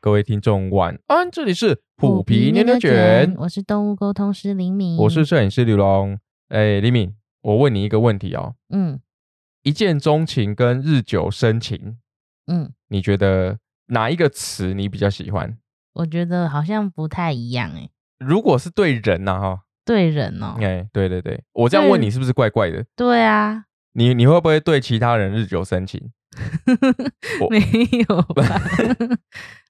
各位听众晚安，这里是虎皮妞妞卷，我是动物沟通师林敏，我是摄影师刘龙。哎，李敏，我问你一个问题哦，嗯一见钟情跟日久生情，嗯，你觉得哪一个词你比较喜欢？我觉得好像不太一样哎，如果是对人呐、哈，对人哦，哎，对对对，我这样问对你是不是怪怪的？对啊，你你会不会对其他人日久生情？我没有 吧？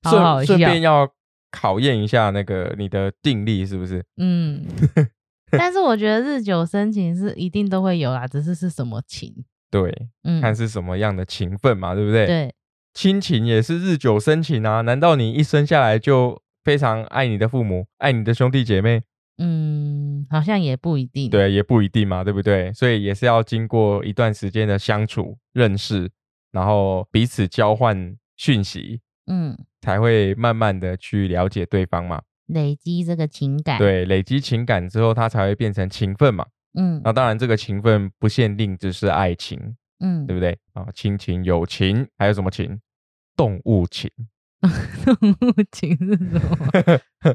好好顺顺笑，便要考验一下那个你的定力是不是？ 嗯。但是我觉得日久生情是一定都会有啦，只是是什么情，对，嗯，看是什么样的情分嘛，对不对？对，亲情也是日久生情啊，难道你一生下来就非常爱你的父母，爱你的兄弟姐妹？嗯，好像也不一定，，对，也不一定嘛，对不对？所以也是要经过一段时间的相处、认识，然后彼此交换讯息，嗯，才会慢慢的去了解对方嘛。累积这个情感，，对，累积情感之后，它才会变成情分嘛。嗯那当然，这个情分不限定只是爱情，嗯对，不对啊？亲情、友情，还有什么情？动物情。 动物情是什么？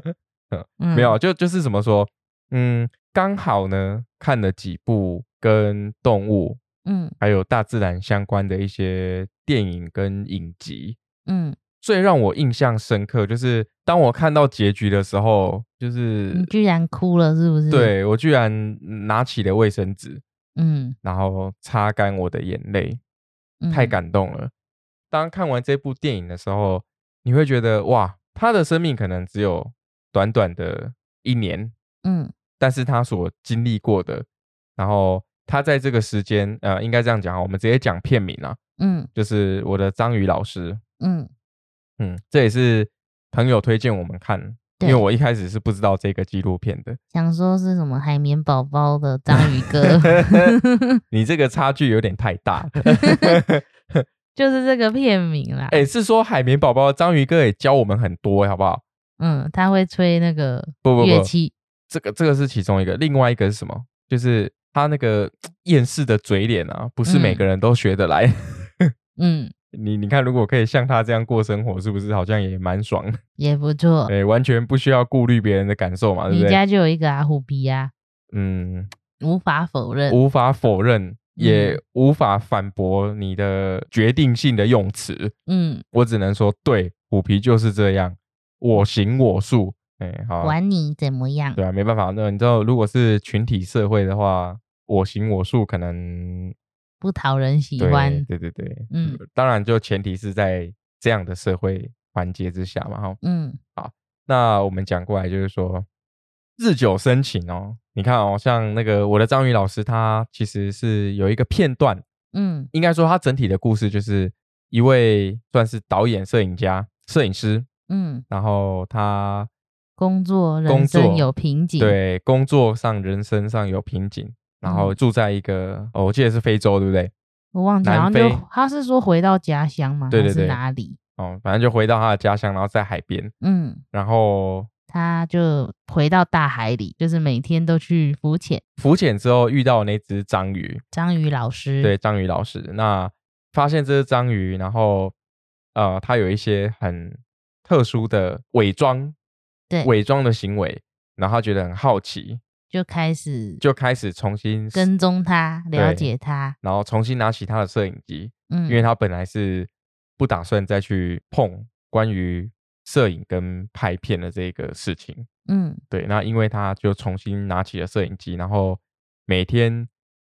嗯没有，，就啊就是怎么说，嗯，刚好呢看了几部跟动物嗯还有大自然相关的一些电影跟影集，嗯，最让我印象深刻就是当我看到结局的时候，就是、你居然哭了是不是？，呃对我居然拿起了卫生纸，嗯，然后擦干我的眼泪，太嗯感动了。当看完这部电影的时候，你会觉得哇，他的生命可能只有短短的一年，嗯但是他所经历过的，然后他在这个时间，呃，应该这样讲啊，我们直接讲片名啊，嗯就是我的章鱼老师，嗯嗯，这也是朋友推荐我们看，因为对我一开始是不知道这个纪录片 的，想说是什么海绵宝宝的章鱼哥， 你这个差距有点太大，就是这个片名啦。哎、是说海绵宝宝章鱼哥也教我们很多、欸好不好？嗯，他会吹那个不不乐不，器，这个这个是其中一个，另外一个是什么？就是他那个厌世的嘴脸啊，不是每嗯个人都学得来。嗯，你你看，如果可以像他这样过生活，是不是好像也蛮爽的？ 也不错。哎、完全不需要顾虑别人的感受嘛，对你不对？家就有一个啊，虎皮啊，嗯，无法否认。无法否认，嗯也无法反驳你的决定性的用词。嗯，我只能说，对，虎皮就是这样，我行我素。哎、好啊，管你怎么样，对啊，没办法。那你知道，如果是群体社会的话，我行我素可能不讨人喜对欢。对对对，嗯当然就前提是在这样的社会环节之下嘛，哈。嗯那我们讲过来就是说，日久生情哦。你看哦，像那个我的章鱼老师，他其实是有一个片段，嗯应该说他整体的故事就是一位算是导演、摄影家、摄影师，嗯，然后他工作工人作生有瓶颈。，对工作上、人生上有瓶颈，然后住在一个、哦，我记得是非洲，对不对？我忘记，南好像就非他是说回到家乡吗？对对还是对哪里？哦，反正就回到他的家乡，然后在海边，嗯，然后他就回到大海里，就是每天都去浮潜。浮潜之后遇到那只章鱼，章鱼老师，对，章鱼老师。那发现这是章鱼，然后呃，它有一些很特殊的伪装，对伪装的行为，然后他觉得很好奇，就开始就开始重新，跟踪他，了对解他，然后重新拿起他的摄影机，嗯，因为他本来是不打算再去碰关于摄影跟拍片的这个事情。嗯对，那因为他就重新拿起了摄影机，然后每天。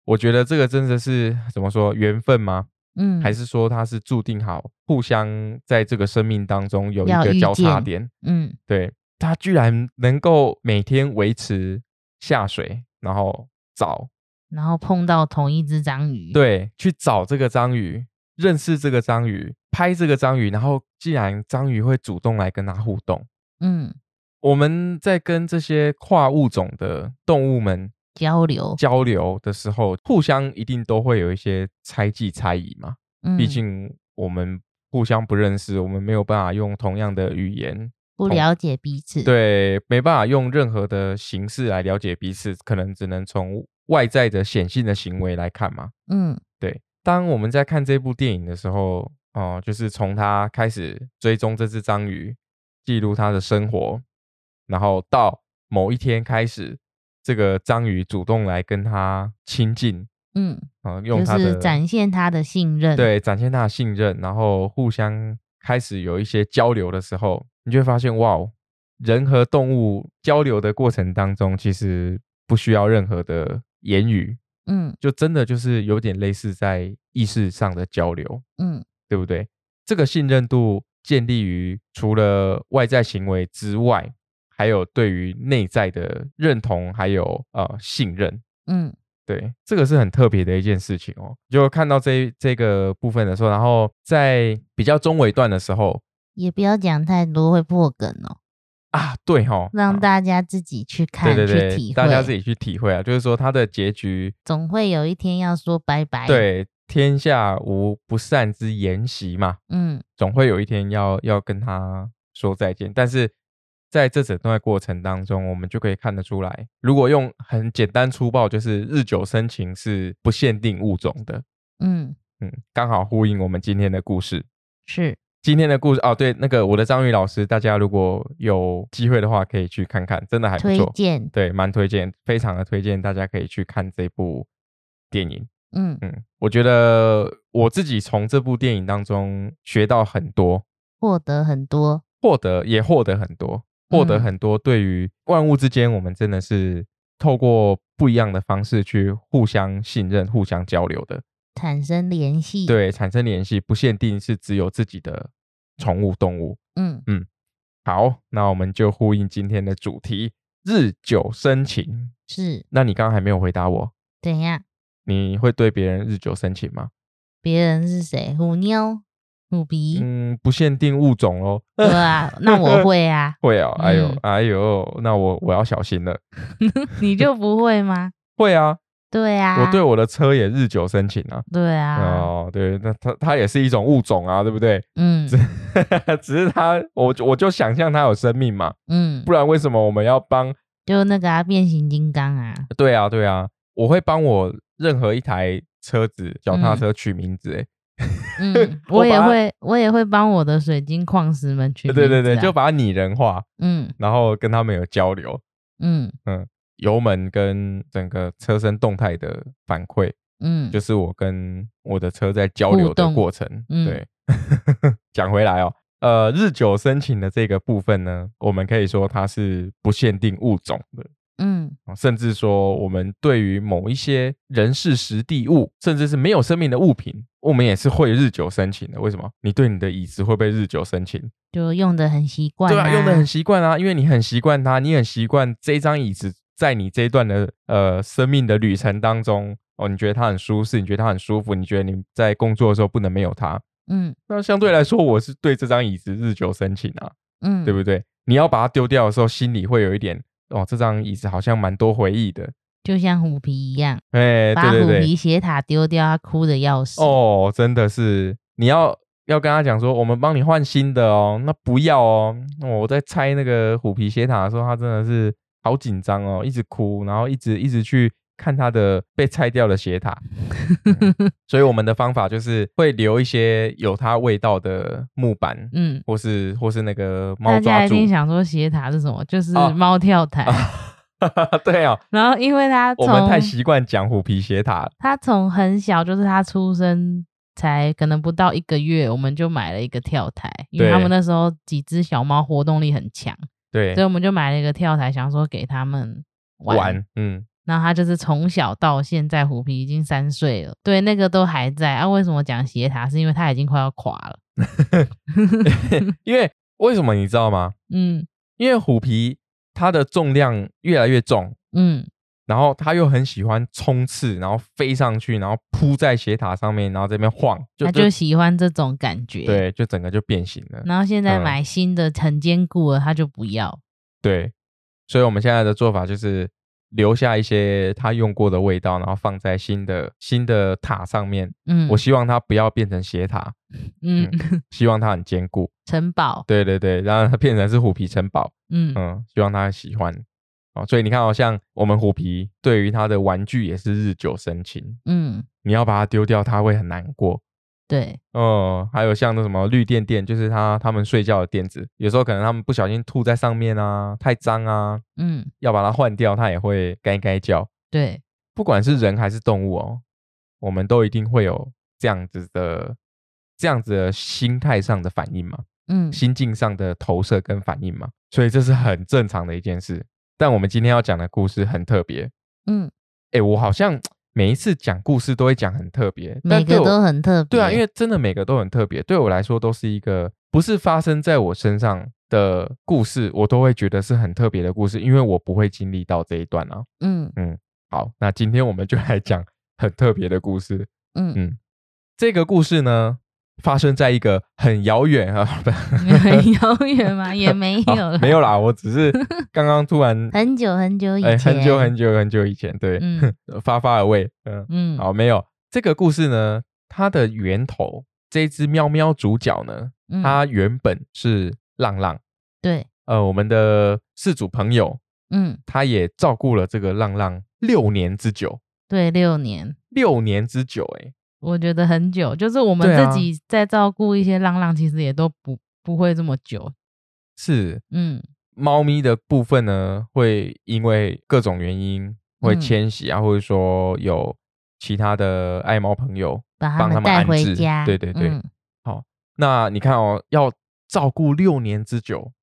我觉得这个真的是怎么说缘分吗？嗯还是说他是注定好互相在这个生命当中有一要个遇交叉见点？嗯对他居然能够每天维持下水，然后找然后碰到同一只章鱼，，对去找这个章鱼，认识这个章鱼，拍这个章鱼，然后既然章鱼会主动来跟他互动，嗯，我们在跟这些跨物种的动物们交流，交流的时候，互相一定都会有一些猜忌、猜疑嘛。嗯，毕竟我们互相不认识，我们没有办法用同样的语言，不同了解彼此，，对，没办法用任何的形式来了解彼此，可能只能从外在的显性的行为来看嘛。嗯对，当我们在看这部电影的时候，哦、就是从他开始追踪这只章鱼，记录它的生活，然后到某一天开始，这个章鱼主动来跟它亲近，嗯，啊、用就它的是展现他的信任，，对展现它的信任，然后互相开始有一些交流的时候，你就会发现，哇哦，人和动物交流的过程当中，其实不需要任何的言语，嗯就真的就是有点类似在意识上的交流，嗯对不对？这个信任度建立于除了外在行为之外，还有对于内在的认同，还有呃信任。嗯对，这个是很特别的一件事情哦。就看到这一这个部分的时候，然后在比较中尾段的时候也不要讲太多，会破梗哦，啊，对哈、哦，让啊大家自己去看，对对去体对，会，大家自己去体会啊。就是说，它的结局总会有一天要说拜拜，，对天下无不散之筵席嘛，嗯总会有一天要要跟他说再见。但是在这整段过程当中，我们就可以看得出来，如果用很简单粗暴，就是日久生情是不限定物种的。嗯嗯，刚好呼应我们今天的故事。是，今天的故事哦，对，那个我的章鱼老师，大家如果有机会的话，可以去看看，真的还不推错。荐，对，蛮推荐，非常的推荐，大家可以去看这部电影。嗯嗯，我觉得我自己从这部电影当中学到很多，获得很多，获得也获得很多，获得嗯很多。对于万物之间，我们真的是透过不一样的方式去互相信任、互相交流的，产生联系，，对，产生联系，不限定是只有自己的宠物动物。嗯好，那我们就呼应今天的主题——日久生情。是那你刚刚还没有回答我，怎样？你会对别人日久生情吗？别人是谁？虎妞、虎鼻，嗯，不限定物种哦。对啊，那我会啊 ，会哦，哎呦嗯，哎呦，那我我要小心了。你就不会吗？会啊，对啊，我对我的车也日久生情啊。对啊，哦，对，那它它也是一种物种啊，对不对？ 嗯只是它，我就我就想象它有生命嘛，嗯不，然为什么我们要帮？就那个啊，变形金 刚啊，对啊，对啊，我会帮我任何一台车子、脚踏车取名字、欸，嗯，我我也把它会，我也会帮我的水晶矿石们取名字啊、对对对，就把它拟人化，嗯然后跟他们有交流，嗯油门跟整个车身动态的反馈，嗯，就是我跟我的车在交流互的动过程。嗯对， 讲回来哦，呃，日久生情的这个部分呢，我们可以说它是不限定物种的。嗯啊甚至说，我们对于某一些人事、实地物，甚至是没有生命的物品，我们也是会日久生情的。为什么？你对你的椅子会不会日久生情？就用的很习惯、对啊，用的很习惯啊，因为你很习惯它，你很习惯这张椅子在你这一段的呃生命的旅程当中，哦，你觉得它很舒适，你觉得它很舒服，你觉得你在工作的时候不能没有它。嗯那相对来说，我是对这张椅子日久生情啊，嗯，对不对？你要把它丢掉的时候，心里会有一点哦，这张椅子好像蛮多回忆的。就像虎皮一样，哎，把对虎对对，皮斜塔丢掉，他哭的要死。哦，真的是你要要跟他讲说，我们帮你换新的哦，那不要哦。我在拆那个虎皮斜塔的时候，他真的是好紧张哦，一直哭，然后一直一直去看他的被拆掉的斜塔。 嗯所以我们的方法就是会留一些有它味道的木板，嗯，或是或是那个猫大家抓一住。定想说斜塔是什么，就是哦猫跳台。 对哦，然后因为他我们从太习惯讲虎皮斜塔了。他从很小，就是他出生才可能不到一个月，我们就买了一个跳台，因为对他们那时候几只小猫活动力很强，对所以，我们就买了一个跳台，想说给他们玩。玩，嗯，然后他就是从小到现在，虎皮已经三岁了，对，那个都还在。啊，为什么讲斜塔？是因为他已经快要垮了。因为为什么你知道吗？嗯因为虎皮它的重量越来越重，嗯然后它又很喜欢冲刺，然后飞上去，然后扑在斜塔上面，然后这边晃，就他就喜欢这种感觉。。对，就整个就变形了。然后现在嗯买新的很坚固了，他就不要。对，所以我们现在的做法就是留下一些它用过的味道，然后放在新的新的塔上面。嗯，我希望它不要变成斜塔，嗯希望它很坚固。城堡，对对对，然后它变成是虎皮城堡，嗯嗯，希望它喜欢。哦，所以你看、哦，好像我们虎皮对于它的玩具也是日久生情。嗯，你要把它丢掉，它会很难过。对，嗯，还有像那什么绿垫垫，就是他他们睡觉的垫子，有时候可能他们不小心吐在上面啊，太脏啊，嗯，要把它换掉，它也会该该叫。对，不管是人还是动物哦，我们都一定会有这样子的、这样子的心态上的反应嘛，嗯，心境上的投射跟反应嘛，所以这是很正常的一件事。但我们今天要讲的故事很特别，嗯，哎，我好像每一次讲故事都会讲很特别，但每对个我都很特别。对啊，因为真的每个都很特别，对我来说都是一个不是发生在我身上的故事，我都会觉得是很特别的故事，因为我不会经历到这一段啊。嗯好，那今天我们就来讲很特别的故事。嗯嗯，这个故事呢，发生在一个很遥远啊，不 很遥远吗？也 没有好啦，哦没有啦，我只 是刚刚突然很久很久以哎、前，很久很久很久以前，对，嗯发发而未，嗯，嗯，好，没有这个故事呢，它的源头，这只喵喵主角呢，嗯，他原本是浪浪，对，呃，我们的事主朋友，嗯，他也照顾了这个浪浪六年之久，对，六年，六年之久、欸，哎，我觉得很久，就是我们对啊自己在照顾一些浪浪，其实也都不不会这么久。是嗯猫咪的部分呢，会因为各种原因会嗯迁徙啊，或者说有其他的爱猫朋友。把帮他他们带安回置家，对对对嗯那你看哦，要照顾六年之久，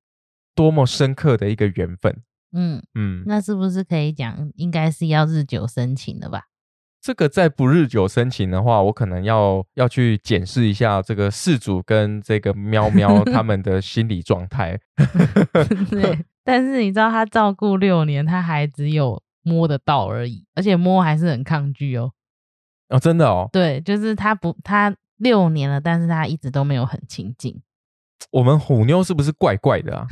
多么深刻的一个缘分。嗯，嗯，那是不是可以讲，应该是要日久生 情的吧？这个在不日久生情的话，我可能要要去检视一下这个事主跟这个喵喵他们的心理状态。对。 但是你知道，他照顾六年，他还只有摸得到而已，而且摸还是很抗拒哦。哦，真的哦，对，就是他不，他六年了，但是他一直都没有很亲近。我们虎妞是不是怪怪的啊？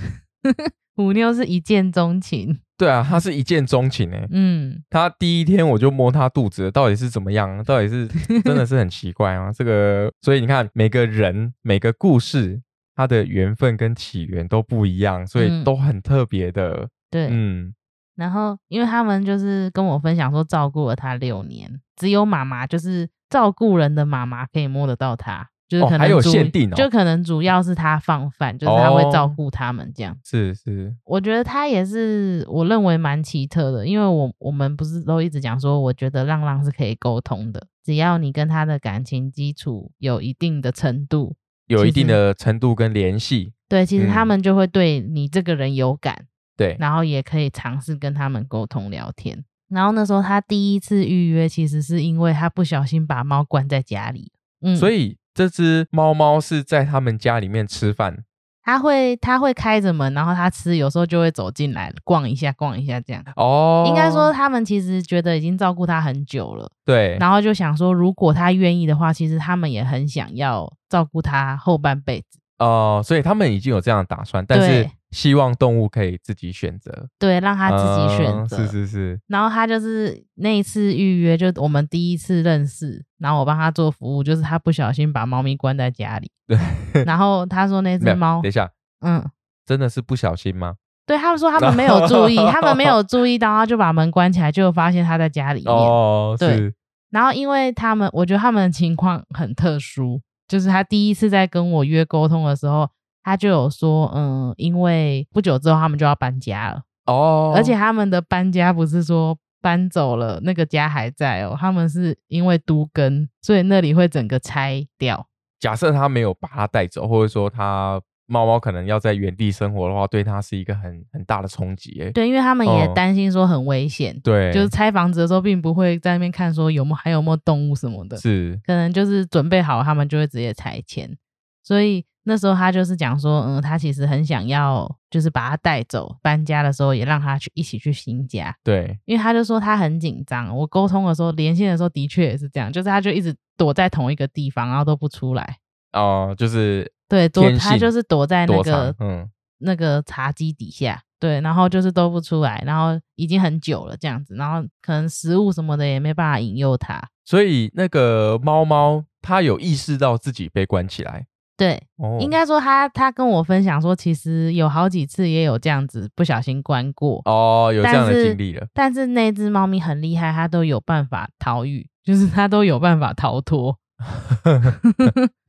虎妞是一见钟情， 对啊，她是一见钟情哎、嗯，她第一天我就摸她肚子了，到底是怎么样？到底 是真的是很奇怪啊。这个，所以你看每个人每个故事，它的缘分跟起源都不一样，所以嗯都很特别的。对。嗯，然后，因为他们就是跟我分享说，照顾了他六年，只有妈妈，就是照顾人的妈妈可以摸得到他，就是哦可能主、还有限定哦就可能主要是他放饭，就是他会照哦顾他们这样。是是，我觉得他也是我认为蛮奇特的，因为我我们不是都一直讲说，我觉得浪浪是可以沟通的，只要你跟他的感情基础有一定的程度，有一其定实的程度跟联系。对，其实他嗯们就会对你这个人有感。对，然后也可以尝试跟他们沟通聊天。然后那时候他第一次预约，其实是因为他不小心把猫关在家里，嗯，所以以这只猫猫是在他们家里面吃饭，他会他会开着门，然后他吃，有时候就会走进来逛一下逛一下这样。哦，应该说他们其实觉得已经照顾他很久了，对，然后就想说如果他愿意的话，其实他们也很想要照顾他后半辈子。哦、所以他们已经有这样的打算，但是对希望动物可以自己选择，对，让他自己选嗯择、是是是，然后他就是那一次预约，就我们第一次认识，然后我帮他做服务，就是他不小心把猫咪关在家里，对，然后他说那 没只有，猫等一，下，嗯，真的是不小心吗？对他们说他们没有注意，他们没有注意到，他就把门关起来，就发现他在家里面。哦，对是，然后因为他们，我觉得他们的情况很特殊，就是他第一次在跟我约沟通的时候，他就有说，嗯，因为不久之后他们就要搬家了。哦，而且他们的搬家不是说搬走了，那个家还在哦，他们是因为都跟，所以那里会整个拆掉。假设他没有把它带走，或者说它猫猫可能要在原地生活的话，对它是一个很很大的冲击耶，对，因为他们也哦担心说很危险，对，就是拆房子的时候，并不会在那边看说有没有还有没有动物什么的，是可能就是准备好，他们就会直接拆迁。所以那时候他就是讲说，嗯，他其实很想要，就是把它带走，搬家的时候也让他去一起去新家。对，因为他就说他很紧张。我沟通的时候，连线的时候的确也是这样，就是他就一直躲在同一个地方，然后都不出来。哦、就是对，躲天他性就是躲在那躲藏个，嗯，那个茶几底下，对，然后就是都不出来，然后已经很久了这样子，然后可能食物什么的也没办法引诱他。所以那个猫猫它有意识到自己被关起来，对，哦，应该说他他跟我分享说，其实有好几次也有这样子不小心关过，哦有这样的但是经历了， 但是那只猫咪很厉害，它都有办法逃狱，就是它都有办法逃脱。啊，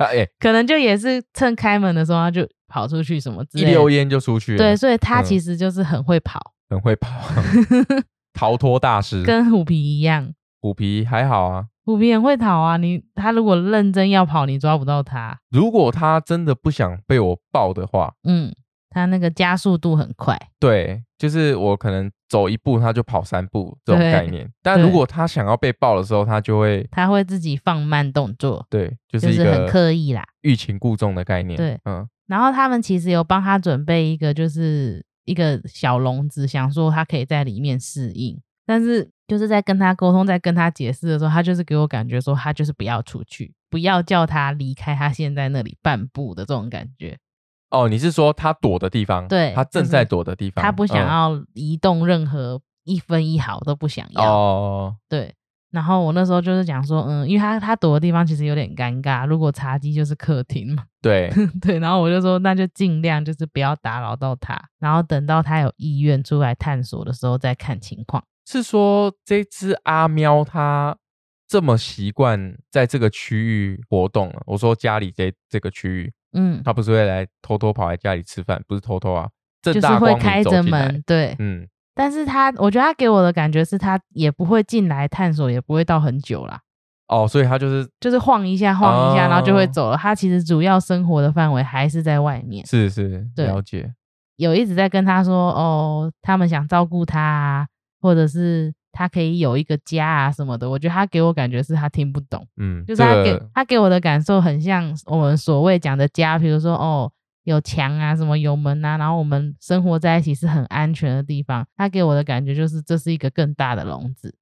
哎，可能就也是趁开门的时候他就跑出去什么之一类溜的。烟就出去了，对，，所以他嗯其实就是很会跑，很会跑， 逃脱大师。 跟虎皮一样，虎皮还好啊，虎皮很会逃啊。你他如果认真要跑，你抓不到他。如果他真的不想被我抱的话，嗯，他那个加速度很快，对，就是我可能走一步他就跑三步这种对概念。但如对果他想要被抱的时候，他就会他会自己放慢动作，对，就就是一是很个刻意啦。欲擒故纵的概念。对，嗯，然后他们其实有帮他准备一个，就是一个小笼子，想说他可以在里面适应。但是就是在跟他沟通、在跟他解释的时候，他就是给我感觉说，他就是不要出去，不要叫他离开他现在那里半步的这种感觉。哦，你是说他躲的地方？对他正就是在躲的地方，他不想嗯要移动任何一分一毫都不想要。哦，对。然后我那时候就是讲说，嗯，因为他他躲的地方其实有点尴尬，如果茶几就是客厅嘛， 对，对，然后我就说，那就尽量就是不要打扰到他，然后等到他有意愿出来探索的时候再看情况。是说这只阿喵它这么习惯在这个区域活动了。我说家里这这个区域，嗯，它不是会来偷偷跑来家里吃饭，不是偷偷啊，正就是大会光开明走着进来门，。对。嗯，但是他，我觉得他给我的感觉是他也不会进来探索，也不会到很久啦，哦，所以它就是就是晃一下晃一下，然后就会哦走了。他其实主要生活的范围还是在外面。是是对了解，有一直在跟他说，哦，他们想照顾他啊，或者是他可以有一个家啊什么的。我觉得他给我感觉是他听不懂。嗯，就是这他给、个他给我的感受很像我们所谓讲的家，比如说哦有墙啊，什么有门啊，然后我们生活在一起是很安全的地方。他给我的感觉就是这是一个更大的 笼子，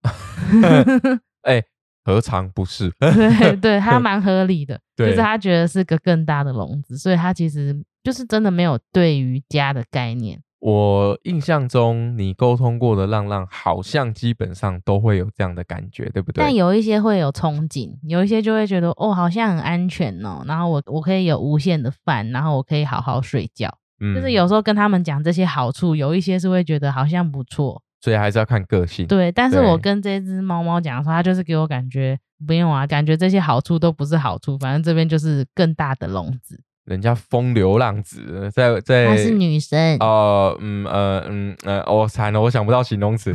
哎、何尝不是？ 对对，他蛮合理的，就对是他觉得是个更大的笼子，所以他其实就是真的没有对于家的概念。我印象中你沟通过的浪浪，好像基本上都会有这样的感觉，对不对？但有一些会有憧憬，有一些就会觉得哦，好像很安全哦，然后我我可以有无限的饭，然后我可以好好睡觉。嗯就是，有时候跟他们讲这些好处，有一些是会觉得好像不错，所以还是要看个性。对。但是我对跟这只猫猫讲的时候，它就是给我感觉不用啊，感觉这些好处都不是好处，反正这边就是更大的笼子。人家风流浪子，在在它是女生，哦，嗯呃嗯呃，我、惨了，我想不到形 容词。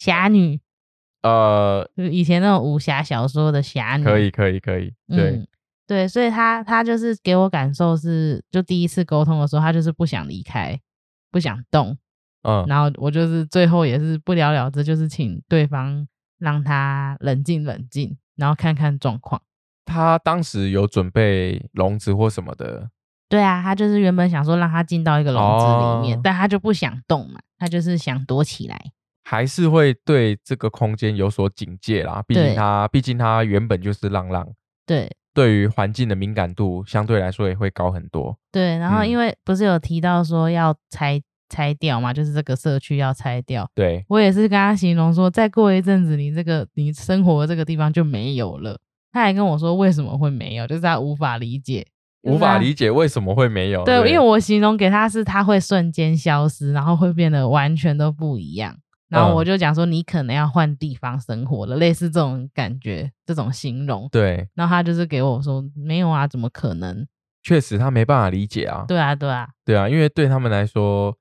侠女，呃，就是以前那种武侠小说的侠女，可以可以可以，对，嗯对，所以他他就是给我感受是，就第一次沟通的时候，他就是不想离开，不想动，嗯，然后我就是最后也是不了了之，就是请对方让他冷静冷静，然后看看状况。他当时有准备笼子或什么的，对啊，他就是原本想说让他进到一个笼子里面，哦但他就不想动嘛，他就是想躲起来。还是会对这个空间有所警戒啦。毕对竟他，毕竟他原本就是浪浪，对对于环境的敏感度相对来说也会高很多。对，然后嗯因为不是有提到说要拆拆掉嘛，就是这个社区要拆掉。对，我也是跟他形容说，再过一阵子，你这个你生活的这个地方就没有了。他还跟我说为什么会没有，就是他无法理解，无就是他法理解为什么会没有。对，因为我我形容给他是他会瞬间消失，然后会变得完全都不一样。然后嗯我就讲说，你可能要换地方生活了，类似这种感觉，这种形容。对，然后他就是给我说，没有啊，怎么可能？确实他没办法理解啊。对啊，对啊。对啊，因为对他们来说，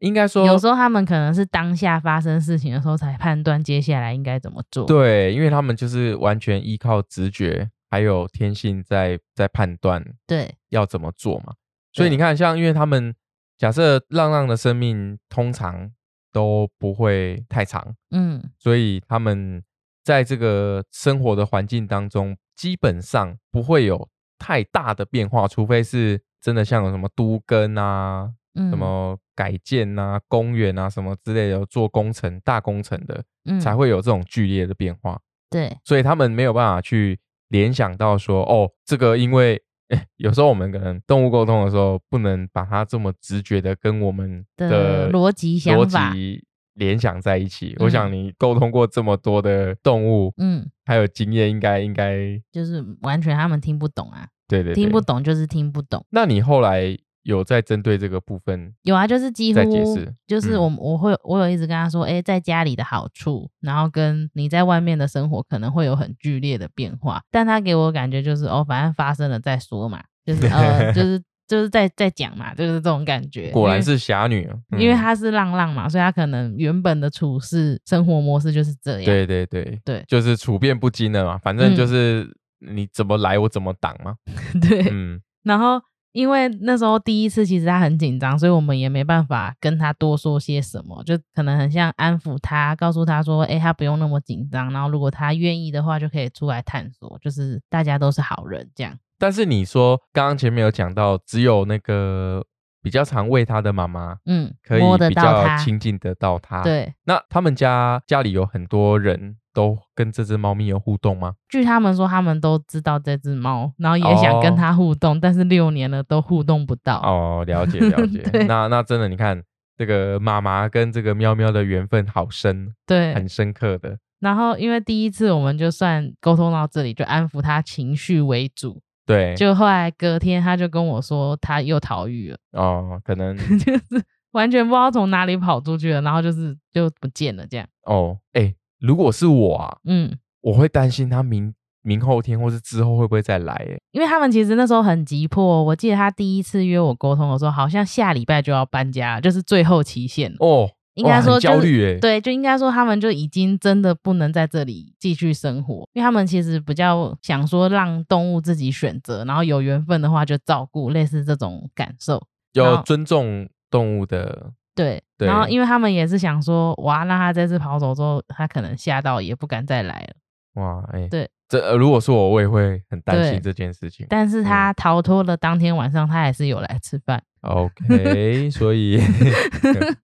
应该说有时候他们可能是当下发生事情的时候才判断接下来应该怎么做。，对，因为他们就是完全依靠直觉还有天性在在判断对，要怎么做嘛。所以对你看，像因为他们假设浪浪的生命通常都不会太长，嗯，所以他们在这个生活的环境当中，基本上不会有太大的变化，除非是真的像有什么都更啊、嗯什么改建啊、公园啊什么之类的，有做工程、大工程的，嗯才会有这种剧烈的变化。对，所以他们没有办法去联想到说，哦，这个因为。诶有时候我们可能动物沟通的时候，不能把它这么直觉的跟我们的的逻辑想逻法辑联想在一起。我嗯想你沟通过这么多的动物，嗯，还有经验，应该应该就是完全他们听不懂啊，对对对听不。懂就是听不懂。那你后来有在针对这个部分，有啊，就是几再解乎释就是嗯我、我会我有一直跟他说，哎、在家里的好处，然后跟你在外面的生活可能会有很剧烈的变化，但他给我感觉就是哦，反正发生了再说嘛，就是呃， 就是就是在在讲嘛，就是这种感觉。果因然为是侠女啊，因为嗯他是浪浪嘛，所以他可能原本的处事生活模式就是这样。对对对对嗯就是处变不惊了嘛，反正就是你怎么来我怎么挡嘛， 对嗯，然后因为那时候第一次，其实他很紧张，所以我们也没办法跟他多说些什么，就可能很像安抚他，告诉他说：“哎、他不用那么紧张。”然后如果他愿意的话，就可以出来探索，就是大家都是好人这样。但是你说刚刚前面有讲到，只有那个比较常喂他的妈妈嗯，可以摸得比到较他，亲近得到他，，对。那他们家家里有很多人都跟这只猫咪有互动吗？据他们说，他们都知道这只猫，然后也想跟哦它互动，但是六年了都互动不到。哦，了解 了解对。那那真的，你看这个妈妈跟这个喵喵的缘分好深，对，很深刻的。然后因为第一次我们就算沟通到这里，就安抚他情绪为主，对，就后来隔天他就跟我说他又逃狱了， 哦，可能就是完全不知道从哪里跑出去了，然后就是就不见了这样。哦，哎、如果是我啊，嗯，我会担心它明明后天或是之后会不会再来、欸。因为他们其实那时候很急迫，我记得他第一次约我沟通的时候，好像下礼拜就要搬家了，就是最后期限了。哦，应该哇说很就是焦虑哎、对，就应该说他们就已经真的不能在这里继续生活，因为他们其实比较想说让动物自己选择，然后有缘分的话就照顾，类似这种感受。然要后尊重动物的。对，对然后因为他们也是想说，哇，让他这次跑走之后，他可能吓到也不敢再来了。哇，哎、对，这、呃、如果是我，我也会很担对心这件事情。但是他逃脱了，当天晚上他还是有来吃饭。 OK，所以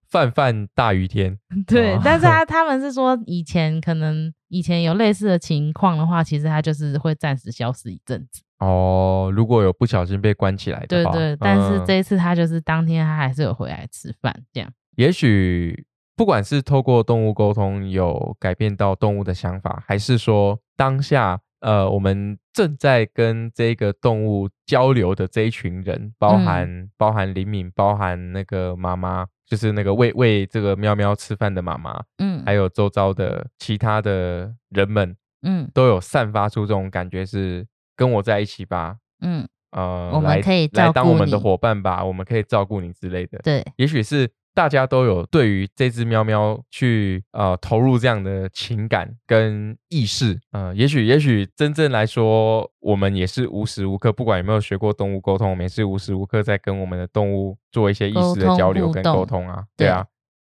泛泛大于天。对，哦但 是他他们是说以前可能以前有类似的情况的话，其实他就是会暂时消失一阵子。哦，如果有不小心被关起来对的话，对，但是嗯这一次他就是当天他还是有回来吃饭这样。也许不管是透过动物沟通有改变到动物的想法，还是说当下呃我们正在跟这个动物交流的这一群人，包嗯含、包含灵敏，包含那个妈妈，就是那个喂喂这个喵喵吃饭的妈妈，嗯，还有周遭的其他的人们，嗯都有散发出这种感觉是跟我在一起吧。嗯，呃，我们来可以来照当顾我们的你伙伴吧，我们可以照顾你之类的。对也许是大家都有对于这只喵喵去呃投入这样的情感跟意识，呃，也许也许真正来说，我们也是无时无刻，不管有没有学过动物沟通，我们也是无时无刻在跟我们的动物做一些意识的交流跟沟沟通互动通啊，对对啊，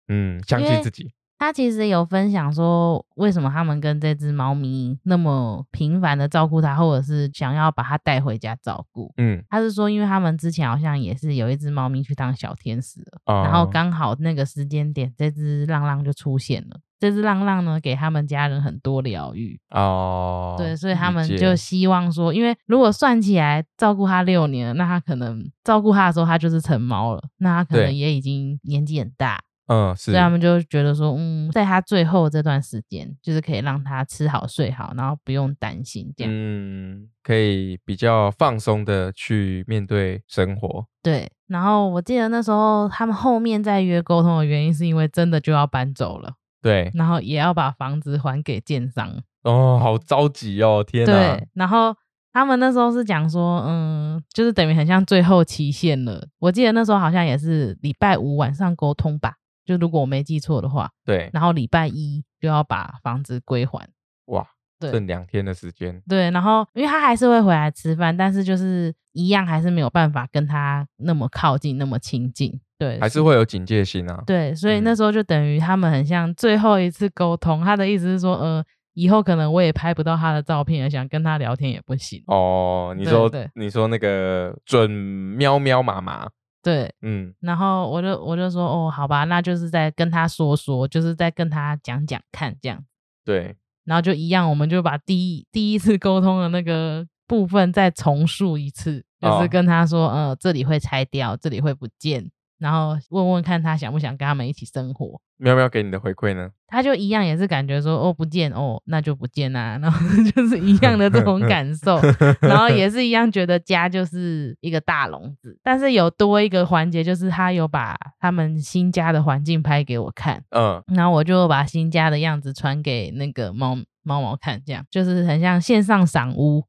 嗯，相因信为自己，他其实有分享说，为什么他们跟这只猫咪那么频繁的照顾它，或者是想要把它带回家照顾。嗯他是说，因为他们之前好像也是有一只猫咪去当小天使了，啊，呃然后刚好那个时间点，这只浪浪就出现了。这只浪浪呢，给他们家人很多疗愈，哦，对，所以他理们解就希望说，因为如果算起来照顾它六年了，那他可能照顾它的时候，它就是成猫了，那它可能对也已经年纪很大，嗯是所以他们就觉得说，嗯，在它最后这段时间，就是可以让它吃好睡好，然后不用担心这样，嗯，可以比较放松的去面对生活，对，然后我记得那时候他们后面再约沟通的原因，是因为真的就要搬走了，对，然后也要把房子还给建商。哦，好着急哦，天哪，嗯对，然后他们那时候是讲说，嗯，就是等于很像最后期限了。我记得那时候好像也是礼拜五晚上沟通吧，就如果我没记错的话，对，然后礼拜一就要把房子归还。哇，对剩两天的时间，对，然后因为他还是会回来吃饭，但是就是一样还是没有办法跟他那么靠近，那么亲近。对，还是会有警戒心啊。对，所以嗯那时候就等于他们很像最后一次沟通。他的意思是说，呃，以后可能我也拍不到他的照片，想跟他聊天也不行。哦，你对说对你说那个准喵喵妈妈，对，嗯，然后我就我就说，哦，好吧，那就是在跟他说说，就是在跟他讲讲看这样。对，然后就一样，我们就把第一第一次沟通的那个部分再重述一次，就是哦跟他说，呃，这里会拆掉，这里会不见，然后问问看他想不想跟他们一起生活。喵喵给你的回馈呢？他就一样也是感觉说哦不见哦那就不见啊，然后 就是一样的这种感 受，然后也是一样觉得家就是一个大笼子，但是有多一个环节就是他有把他们新家的环境拍给我看， 嗯，然后我就把新家的样子传给那个猫猫猫看，这样就是很像线上赏屋。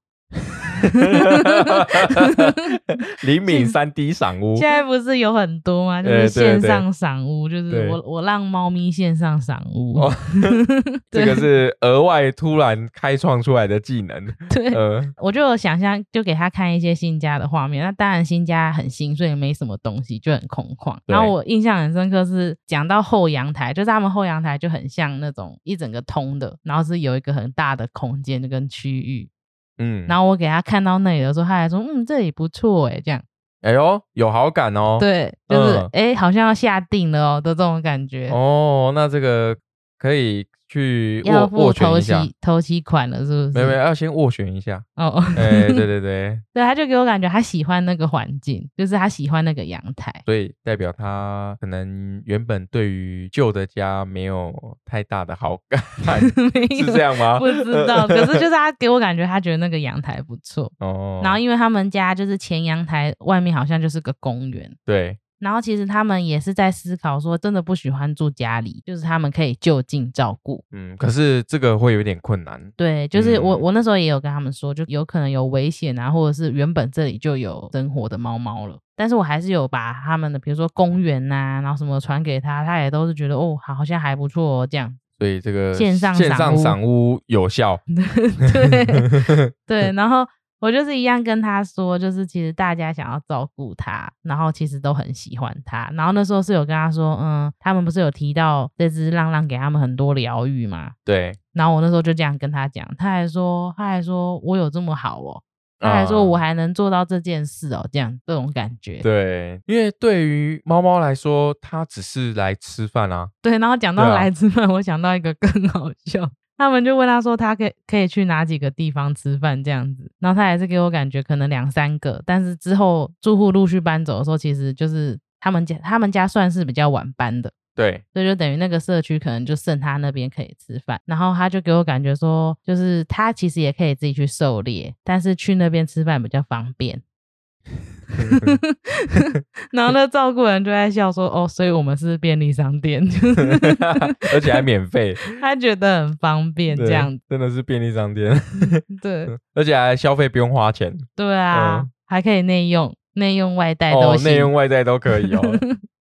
灵敏三 D 赏屋现，在不是有很多吗？就呃是哦对线对上赏屋，就是对我我让猫咪线上赏屋。哦这个对是额外突然开创出来的技能。对，呃，我就有想象，就给他看一些新家的画面。那当然新家很新，所以没什么东西，就很空旷。对然后我印象很深刻是讲到后阳台，就是他们后阳台就很像那种一整个通的，然后是有一个很大的空间跟区域。嗯，然后我给他看到那里的时候，他还说：“嗯，这里不错诶，这样。哎呦，有好感哦。，对，就是嗯诶，好像要下定了哦的这种感觉。哦，那这个可以去要斡付斡旋头一下，期头期款了，是不是？没有没有，要先斡旋一 下。哦，哎，对对对，对，他就给我感觉他喜欢那个环境，就是他喜欢那个阳台。 所以代表他可能原本对于旧的家没有太大的好 感，没是有这样 吗？不知道，可是就是他给我感觉，他觉得那个阳台不错。 哦，然后因为他们家就是前阳台外面好像就是个公园，对，然后其实他们也是在思考说，真的不喜欢住家里，就是他们可以就近照顾。嗯，可是这个会有点困难。对，就是我、嗯我那时候也有跟他们说，就有可能有危险啊，或者是原本这里就有生活的猫猫了，但是我还是有把他们的，比如说公园呐、然后什么传给他，他也都是觉得哦，好好像还不错哦，这样。所以这个线上线赏上屋赏屋有效， 对，对，然后我就是一样跟他说，就是其实大家想要照顾他，然后其实都很喜欢他。然后那时候是有跟他说，嗯，他们不是有提到这只浪浪给他们很多疗愈嘛？对，然后我那时候就这样跟他讲，他还说，他还说我有这么好哦，他还说嗯我还能做到这件事哦，这样这种感觉。对，因为对于猫猫来说，它只是来吃饭啊。对，然后 讲对到啊来吃饭，我想到一个更好笑。他们就问他说，他可以可以去哪几个地方吃饭这样子，然后他也是给我感觉可能两三个，但是之后住户陆续搬走的时候，其实就是他们家他们家算是比较晚搬的， 对，所以就等于那个社区可能就剩他那边可以吃饭，然后他就给我感觉说，就是他其实也可以自己去狩猎，但是去那边吃饭比较方便。 然后那照顾人就在笑说，哦，所以我们是便利商店， 就是而且还免费，他觉得很方便对 这样，真的是便利商店， 对而且还消费不用花钱，对啊，嗯还可以内用，内用外带都哦，行。内用外带都可 以哦。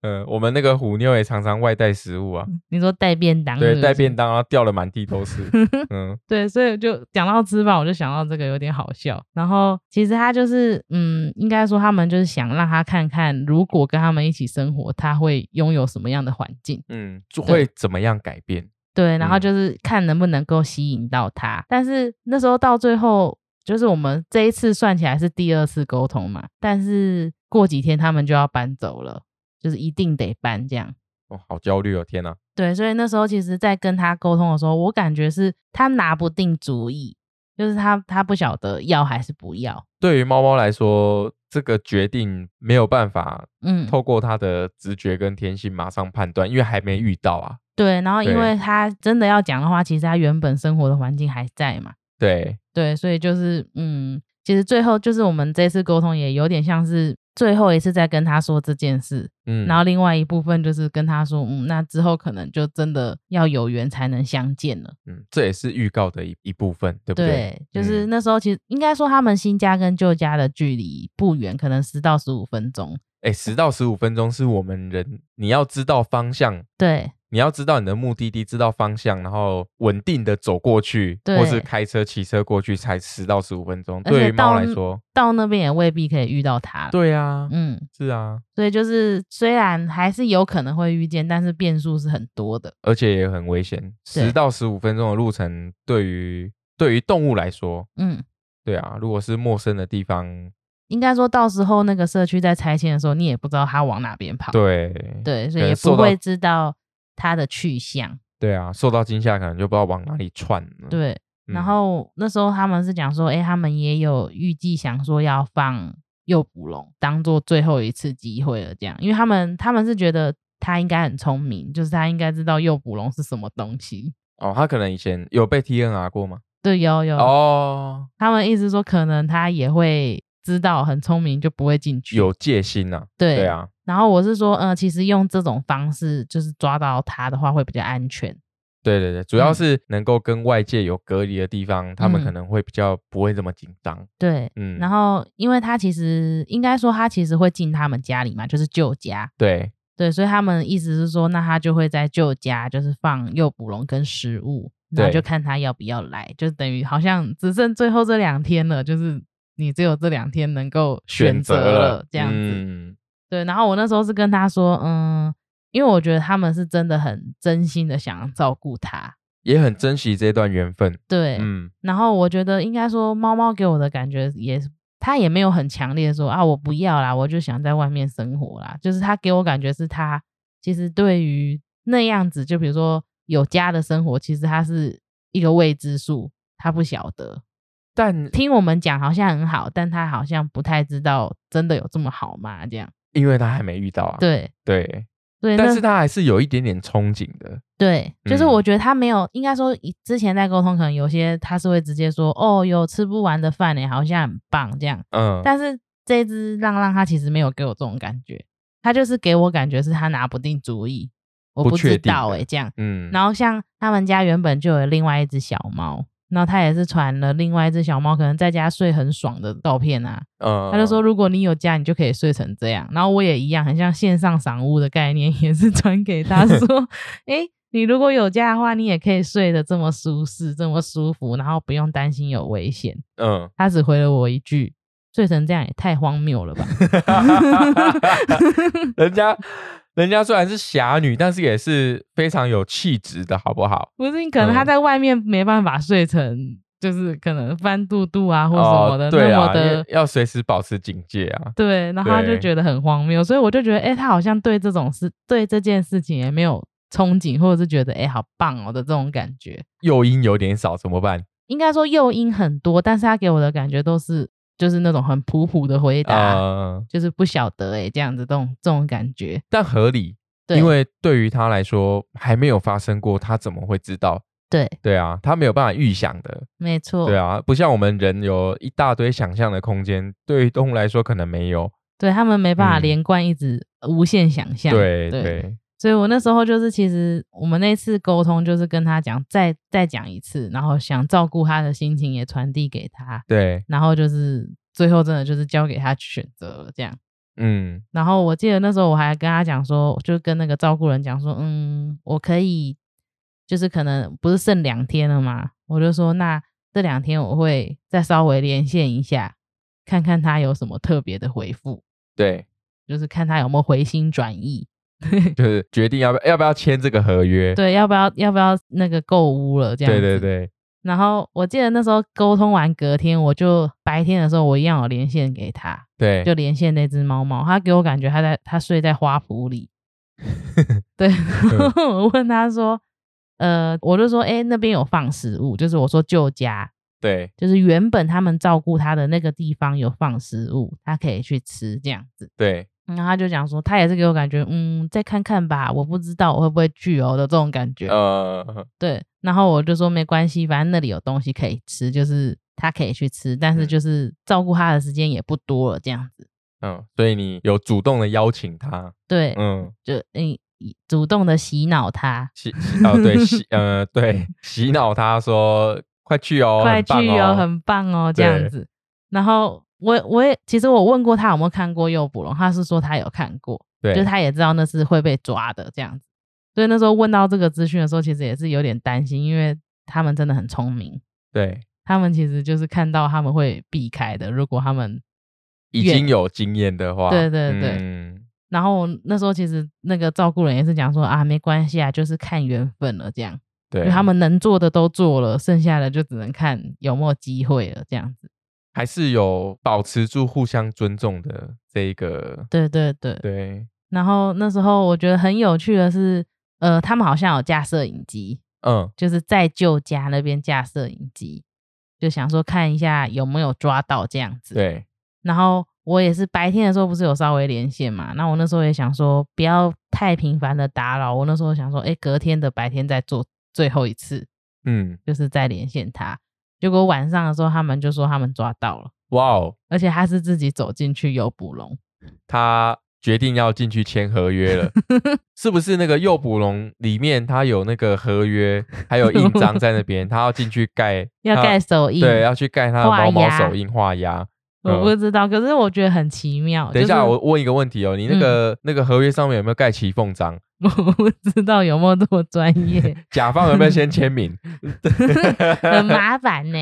嗯，我们那个虎妞也常常外带食物啊，你说带便当是不对，嗯是带便当啊，掉的满地都是。 嗯，对，所以就讲到吃饭，我就想到这个有点好笑。然后其实他就是，嗯，应该说他们就是想让他看看，如果跟他们一起生活，他会拥有什么样的环境。嗯，就会怎么样改变？对，然后嗯就是看能不能够吸引到他。但是那时候到最后，就是我们这一次算起来是第二次沟通嘛，但是过几天他们就要搬走了，就是一定得搬这样。哦，好焦虑哦，天哪！对，所以那时候其实，在跟他沟通的时候，我感觉是他拿不定主意，就是他他不晓得要还是不要。对于猫猫来说，这个决定没有办法嗯，透过它的直觉跟天性马上判断，因为还没遇到啊。对。然后因对为他真的要讲的话，其实他原本生活的环境还在嘛，对，对，所以就是嗯，其实最后就是我们这次沟通也有点像是最后一次在跟他说这件事，嗯，然后另外一部分就是跟他说，嗯，那之后可能就真的要有缘才能相见了。嗯，这也是预告的一一部分，对不对？对，就是嗯那时候其实应该说他们新家跟旧家的距离不远，可能十到十五分钟。哎，十到十五分钟是我们人，你要知道方向，对你要知道你的目的地，知道方向，然后稳定的走过去，对或是开车、骑车过去，才十到十五分钟。而且对于猫到嗯来说，到那边也未必可以遇到他。，对啊，嗯，是啊，所以就是虽然还是有可能会遇见，但是变数是很多的。而且也很危险。对十到十五分钟的路程，对于对于动物来说，嗯，对啊，如果是陌生的地方，应该说到时候那个社区在拆迁的时候，你也不知道他往哪边跑。对对，所以能也受不到会知道他的去向。对啊，受到惊吓可能就不知道往哪里窜了。对，嗯，然后那时候他们是讲说，哎、他们也有预计想说要放诱捕龙当做最后一次机会了，这样，因为他们他们是觉得他应该很聪明，就是他应该知道诱捕龙是什么东西。哦，他可能以前有被 TNR 过吗？对，有有，哦，他们意思说可能他也会知道很聪明就不会进去。有戒心呐、啊。对对啊，然后我是说，呃，其实用这种方式就是抓到他的话会比较安全。对对对，主要嗯是能够跟外界有隔离的地方，他们可嗯能会比较不会这么紧张。对，嗯，然后因为他其实应该说他其实会进他们家里嘛，就是旧家。对，对，所以他们意思是说，那他就会在旧家就是放诱捕笼跟食物，对然后就看他要不要来，就等于好像只剩最后这两天了，就是你只有这两天能够选择了这样子。嗯对，然后我那时候是跟他说，嗯，因为我觉得他们是真的很真心的想要照顾他。也很珍惜这段缘分。对，嗯，然后我觉得应该说，猫猫给我的感觉也，它也没有很强烈地说啊，我不要啦，我就想在外面生活啦。就是它给我感觉是它其实对于那样子，就比如说有家的生活，其实它是一个未知数，它不晓得。但听我们讲好像很好，但它好像不太知道真的有这么好吗？这样因为他还没遇到啊，对对，对，但那是他还是有一点点憧憬的。对，就是嗯我觉得他没有，应该说以之前在沟通，可能有些他是会直接说哦，有吃不完的饭呢、欸好像很棒这样。嗯，但是这只浪浪它其实没有给我这种感觉，它就是给我感觉是它拿不定主意，我不不确知定道的诶、这样。嗯，然后像他们家原本就有另外一只小猫，然后它也是传了另外一只小猫可能在家睡很爽的照片啊，嗯，他就说如果你有家，你就可以睡成这样。然后我也一样，很像线上赏屋的概念，也是传 给他说，诶、你如果有家的话，你也可以睡得这么舒适，这么舒服，然后不用担心有危险。 嗯，他只回了我一句：“睡成这样也太荒 谬了吧？人家人家虽然是侠女，但是也是非常有气质的，好不好？”不是，可能他嗯在外面没办法睡成，就是可能翻肚肚啊或什么的、哦、对那啊么，的因为要随时保持警戒啊。对，然后他就对觉得很荒谬，所以我就觉得，诶，他好像对这种事、对这件事情也没有憧憬，或者是觉得，诶，好棒哦的这种感觉。诱因有点少，怎么办？应该说诱因很多，但是他给我的感觉都是就是那种很普普的回答，呃，就是不晓得诶，这样子这种这种感觉。但合理，对，因为对于他来说还没有发生过，他怎么会知道？对，对啊，他没有办法预想的。没错，对啊，不像我们人有一大堆想象的空间，对于动物来说可能没有。对他们没办法嗯连贯，一直呃无限想象。对对对，所以我那时候就是，其实我们那次沟通就是跟他讲，再再讲一次，然后想照顾他的心情也传递给他，对，然后就是最后真的就是交给他去选择了这样。嗯，然后我记得那时候我还跟他讲说，就跟那个照顾人讲说，嗯，我可以，就是可能不是剩两天了嘛，我就说那这两天我会再稍微连线一下，看看他有什么特别的回复。对， 就是看他有没有回心转意，就是决定要不要要不要签这个合约。对，要不要要不要那个购物了这样对对。子。对，然后我记得那时候沟通完隔天，我就白天的时候我一样有连线给他，对就连线那只猫猫，它给我感觉它在它睡在花 圃里。对，然后我问他说，呃，我就说，哎、那边有放食物，就是我说旧家，对就是原本他们照顾它的那个地方有放食物，它可以去吃这样子。对，然后他就讲说，他也是给我感觉，嗯，再看看吧，我不知道我会不会去哦的这种感觉。呃，对，然后我就说没关系，反正那里有东西可以吃，就是他可以去吃，但是嗯就是照顾他的时间也不多了，这样子。嗯，所以你有主动的邀请他，对，嗯，就你主动的洗脑他，洗洗哦，对洗呃对洗脑他说快去哦，很快去棒哦，哦，很棒哦，这样对子。然后我我也其实我问过他有没有看过诱捕龙，他是说他有看过，对，就是他也知道那是会被抓的这样子。所以那时候问到这个资讯的时候，其实也是有点担心，因为他们真的很聪明，对他们其实就是看到他们会避开的。如果他们已远经有经验的话，对对对嗯然后那时候其实那个照顾人也是讲说啊，没关系啊，就是看缘分了这样，因对，为他们能做的都做了，剩下的就只能看有没有机会了这样子。还是有保持住互相尊重的这一个，对对对。对，然后那时候我觉得很有趣的是，呃，他们好像有架摄影机，嗯，就是在旧家那边架摄影机，就想说看一下有没有抓到这样子。。对，然后我也是白天的时候不是有稍微连线嘛，那我那时候也想说不要太频繁的打扰，我那时候想说，哎、隔天的白天再做最后一次，嗯，就是再连线他。结果晚上的时候，他们就说他们抓到了，哇哦，而且他是自己走进去诱捕龙，他决定要进去签合约 了，是不是？那个诱捕龙里面他有那个合约，还有印章在那边，他要进去盖， 要他盖手印。对，要去盖他的画毛毛押手印画押。我不知道，可是我觉得很奇妙。等一就下，是嗯我问一个问题哦，你那个、那个合约上面有没有盖骑缝章？我不知道有没有这么专 业，甲方有没有先签名？很麻烦呢、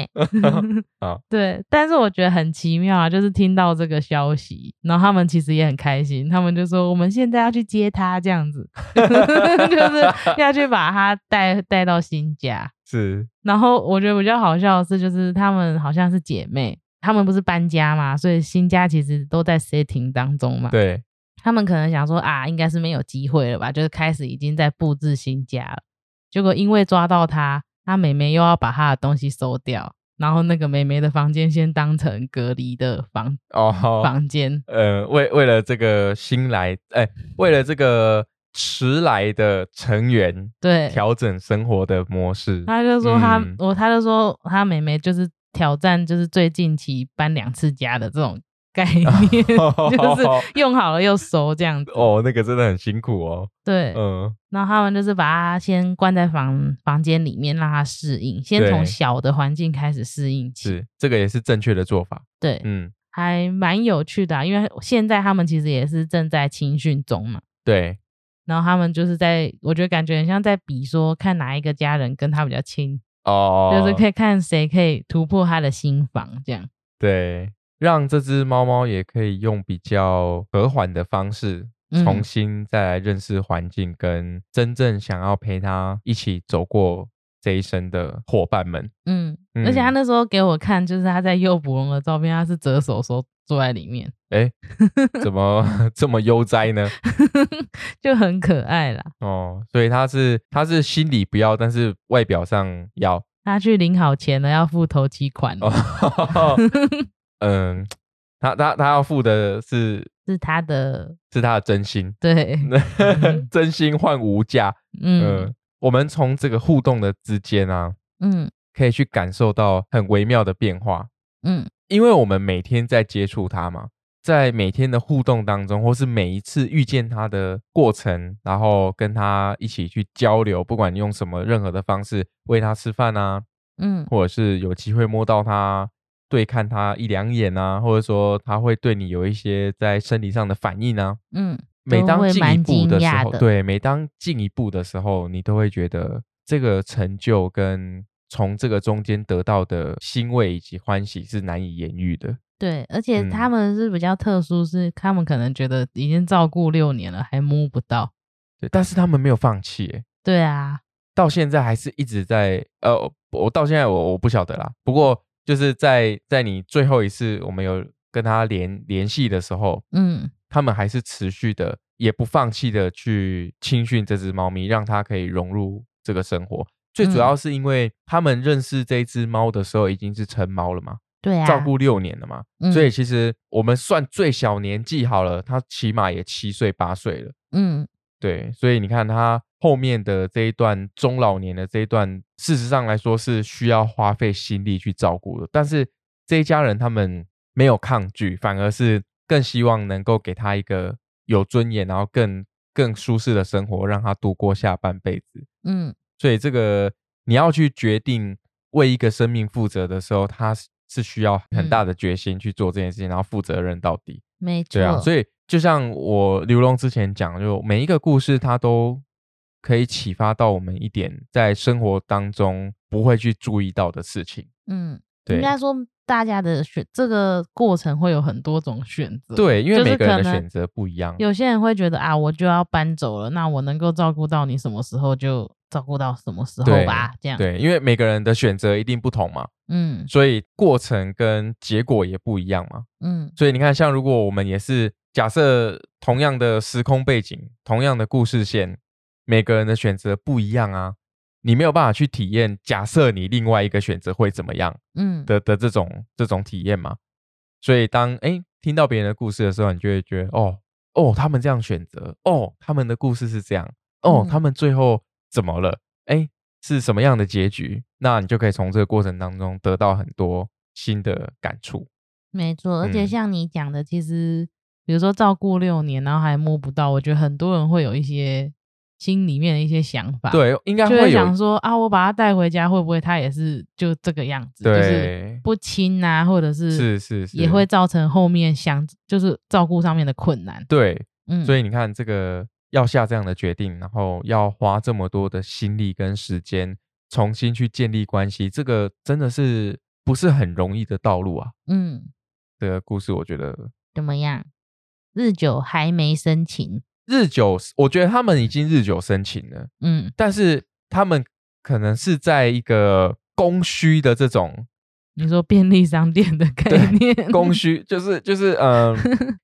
啊 对，但是我觉得很奇妙啊，就是听到这个消息，然后他们其实也很开心，他们就说我们现在要去接他，这样子，就是要去把他带带到新家。是，然后我觉得比较好笑的是，就是他们好像是姐妹，他们不是搬家嘛，所以新家其实都在 setting 当中嘛。对，他们可能想说啊，应该是没有机会了吧，就是开始已经在布置新家了。结果因为抓到他，他妹妹又要把他的东西收掉，然后那个妹妹的房间先当成隔离的房、哦，房间，呃，为为了这个新来，哎、为了这个迟来的成员对，调整生活的模式，他就说他、嗯我，他就说他妹妹就是挑战，就是最近期搬两次家的这种 概念，就是用好了又收这样子。哦，那个真的很辛苦哦，对，嗯，然后他们就是把它先关在房房间里面，让它适应，先对从小的环境开始适应起。是，这个也是正确的做法，对，嗯，还蛮有趣的、啊，因为现在他们其实也是正在青训中嘛。对，然后他们就是在，我觉得感觉很像在比说，看哪一个家人跟他比较亲，哦，就是可以看谁可以突破他的心房这样。对，让这只猫猫也可以用比较和缓的方式，嗯重新再来认识环境，跟真正想要陪它一起走过这一生的伙伴们。嗯，嗯而且他那时候给我看，就是他在诱捕龙的照片，他是折手手坐在里面， 哎，怎么这么悠哉呢？就很可爱啦。哦，所以它是它是心里不要，但是外表上要。他去领好钱了，要付头期款了哦， 嗯，它它它要付的是是他的是它的真心，对，嗯 真心换无价。嗯嗯，我们从这个互动的之间啊，嗯可以去感受到很微妙的变化，嗯因为我们每天在接触它嘛，在每天的互动当中，或是每一次遇见它的过程，然后跟它一起去交流，不管用什么任何的方式喂它吃饭啊，嗯或者是有机会摸到它。对看它一两眼啊，或者说它会对你有一些在生理上的反应啊，嗯，每都当会进一蛮步惊的时讶候，的对，每当进一步的时候，你都会觉得这个成就跟从这个中间得到的欣慰以及欢喜是难以言喻的。对，而且嗯他们是比较特殊，是他们可能觉得已经照顾六年了，还摸不到。对，但是他们没有放弃耶，对啊，到现在还是一直在呃，我到现在我我不晓得啦。不过就是在在你最后一次我们有跟他联联系的时候，嗯他们还是持续的，也不放弃的去青训这只猫咪，让它可以融入这个生活。最主要是因为他们认识这只猫的时候已经是成猫了嘛，对啊，照顾六年了嘛，嗯，所以其实我们算最小年纪好了，它起码也七岁八岁了。嗯对，所以你看它后面的这一段中老年的这一段，事实上来说是需要花费心力去照顾的，但是这一家人他们没有抗拒，反而是更希望能够给他一个有尊严，然后更更舒适的生活，让他度过下半辈子。嗯所以这个你要去决定为一个生命负责的时候，他是是需要很大的决心去做这件事情，然后负责任到底。没错，对啊，所以以就像我刘龙之前讲，就每一个故事它都可以启发到我们一点在生活当中不会去注意到的事情。嗯，应对该说大家的选这个过程会有很多种选择。。对，因为就是每个人可的能选择不一样。有些人会觉得啊，我就要搬走了，那我能够照顾到你什么时候就照顾到什么时候对吧，这样。，对，因为每个人的选择一定不同嘛，嗯所以过程跟结果也不一样嘛。嗯所以你看，像如果我们也是假设同样的时空背景、同样的故事线，每个人的选择不一样啊，你没有办法去体验。假设你另外一个选择会怎么样？嗯，的的这种这种体验嘛。所以当哎听到别人的故事的时候，你就会觉得哦哦，他们这样选择，哦，他们的故事是这样，哦，嗯他们最后怎么了？哎，是什么样的结局？那你就可以从这个过程当中得到很多新的感触。没错，而且嗯像你讲的，其实比如说照顾六年，然后还摸不到，我觉得很多人会有一些心里面的一些想法，，对，应该就会会想有说啊，我把他带回家，会不会他也是就这个样子，就是对，不亲啊，或者是是是是，也会造成后面想就是照顾上面的困难，对，嗯，所以你看，这个要下这样的决定，然后要花这么多的心力跟时间，重新去建立关系，这个真的是不是很容易的道路啊？嗯，这个故事我觉得怎么样？日久还没生情，日久，我觉得他们已经日久生情了，嗯，但是他们可能是在一个供需的这种你说便利商店的 概念，供需，就是就是 嗯、呃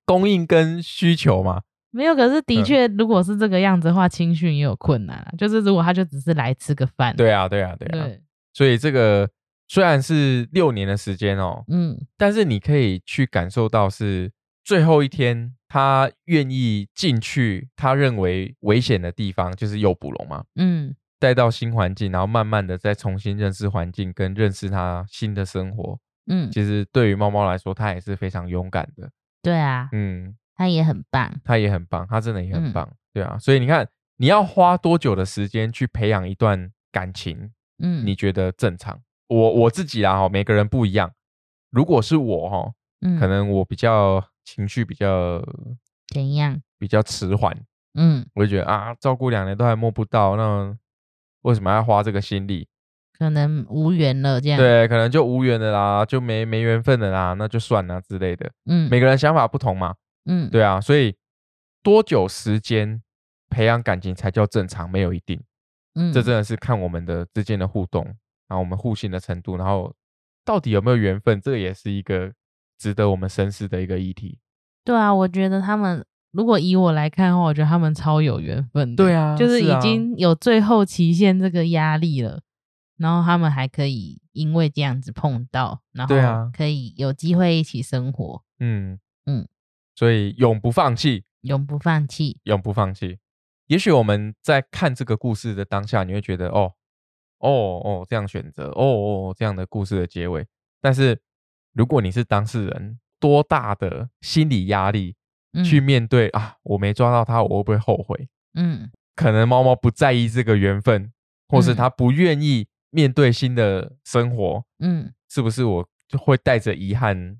供应跟需求嘛，没有，可是的嗯确，如果是这个样子的话，青训也有困难啊。就是如果他就只是来吃个饭，对啊对啊对对啊，所以这个虽然是六年的时间哦，嗯但是你可以去感受到是最后一天，他愿意进去他认为危险的地方，就是诱捕笼嘛，嗯，带到新环境，然后慢慢的再重新认识环境，跟认识他新的生活。嗯，其实对于猫猫来说，它也是非常勇敢的，对啊，嗯，他也很棒，它也很棒，它真的也很嗯棒，对啊，所以你看，你要花多久的时间去培养一段感情，嗯，你觉得正常？我我自己啦哈，每个人不一样。如果是我哈，嗯可能我比较情绪比较怎样？比较迟缓，嗯，我就觉得啊，照顾两年都还摸不到，那为什么要花这个心力？可能无缘了这样，，对，啊可能就无缘的啦，就没没缘分的啦，那就算啦之类的。嗯，每个人想法不同嘛，嗯，对啊，所以多久时间培养感情才叫正常？没有一定，嗯，这真的是看我们的之间的互动，然后我们互信的程度，然后到底有没有缘分，这个也是一个值得我们深思的一个议题。对啊，我觉得他们如果以我来看的话，我觉得他们超有缘分的，对啊就是是已啊经有最后期限这个压力了，然后他们还可以因为这样子碰到，然后对啊可以有机会一起生活，嗯嗯嗯，所以永不放弃，永不放弃。永不放弃。也许我们在看这个故事的当下，你会觉得哦哦哦这样选择，哦哦哦这样的故事的结尾。但是如果你是当事人，多大的心理压力嗯去面对、啊？我没抓到他，我会不会后悔？嗯可能猫猫不在意这个缘分，或是嗯它不愿意面对新的生活，嗯是不是我就会带着遗憾，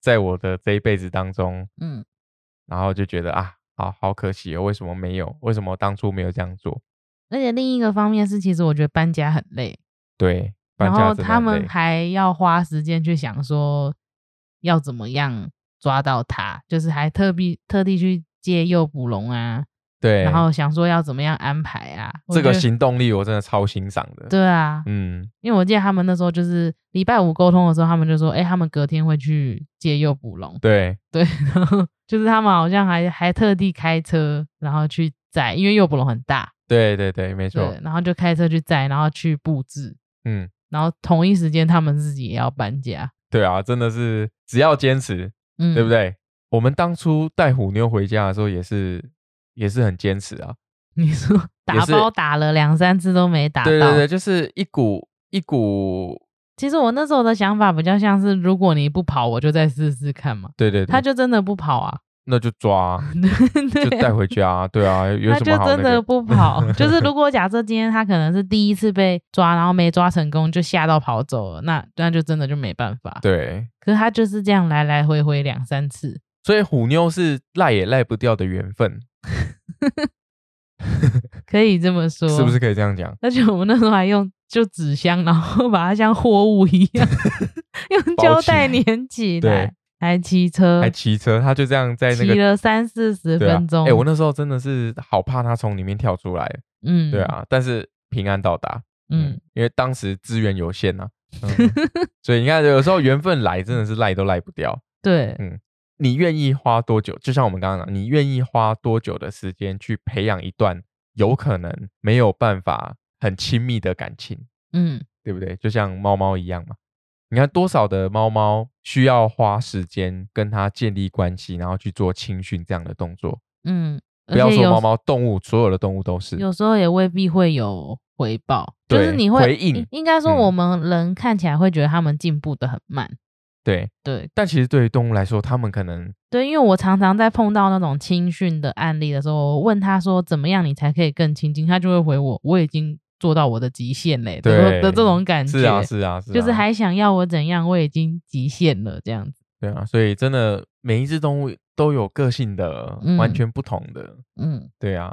在我的这一辈子当中嗯然后就觉得啊，好好可惜哦，为什么没有？为什么当初没有这样做？而且另一个方面是，其实我觉得搬家很累，对，搬然家后真的他很们累还要花时间去想说要怎么样抓到他，就是还特地特地去借诱捕龙啊，对，然后想说要怎么样安排啊。我这个觉得行动力我真的超欣赏的。对啊，嗯，因为我记得他们那时候就是礼拜五沟通的时候，他们就说，哎、他们隔天会去借诱捕龙，对对，然后 就是他们好像还还特地开车，然后去载，因为诱捕龙很大，对对对，没错对，，然后就开车去载，然后去布置，嗯，然后同一时间他们自己也要搬家，对啊，真的是只要坚持，嗯，对不？对？我们当初带虎妞回家的时候也是也是很坚持啊，你说也打是包打了两三次都没打到，对对对，就是一股一股，其实我那时候的想法比较像是，如果你不跑，我就再试试看嘛。对对对，他就真的不跑啊，，那就抓啊就对 带回家啊，对啊，有他什么就好真那的个？不跑，就是 如果假设今天他可能是第一次被抓，然后没抓成功，就吓到跑走了，那那就真的就没办法。对，可是他就是这样来来回回两三次，所以虎妞是赖也赖不掉的缘分，可以这么说，是不是？可以这样讲？而且我们那时候还用就纸箱，然后把它像货物一 样用包胶起来带粘起对来，还骑车还，骑车，他就这样在那骑个了三四十对啊嗯分钟。哎、我那时候真的是好怕他从里面跳出来，嗯，对，啊，但是平安到达，嗯嗯，，因为当时资源有限呐、啊，嗯 所以你看有时候缘分来真的是赖都赖不掉。嗯对，你愿意花多久？就像我们刚刚讲，你愿意花多久的时间去培养一段有可能没有办法很亲密的感情，嗯，对不对？就像猫猫一样嘛，你看多少的猫猫需要花时间跟它建立关系，然后去做亲训这样的动作。嗯，不而要且说有猫猫，动物所有的动物都是。有时候也未必会有回报，就对是你会回应应应该说嗯我们人看起来会觉得他们进步的很慢，对，对但其实对于动物来说，它们可能对，因为我常常在碰到那种青训的案例的时候，我问他说怎么样你才可以更亲近，他就会回我我已经做到我的极限嘞的对的这种感觉，是啊是啊是啊，就是还想要我怎样，我已经极限了这样子，对啊，所以真的每一只动物都有个性的，嗯完全不同的。嗯，对啊，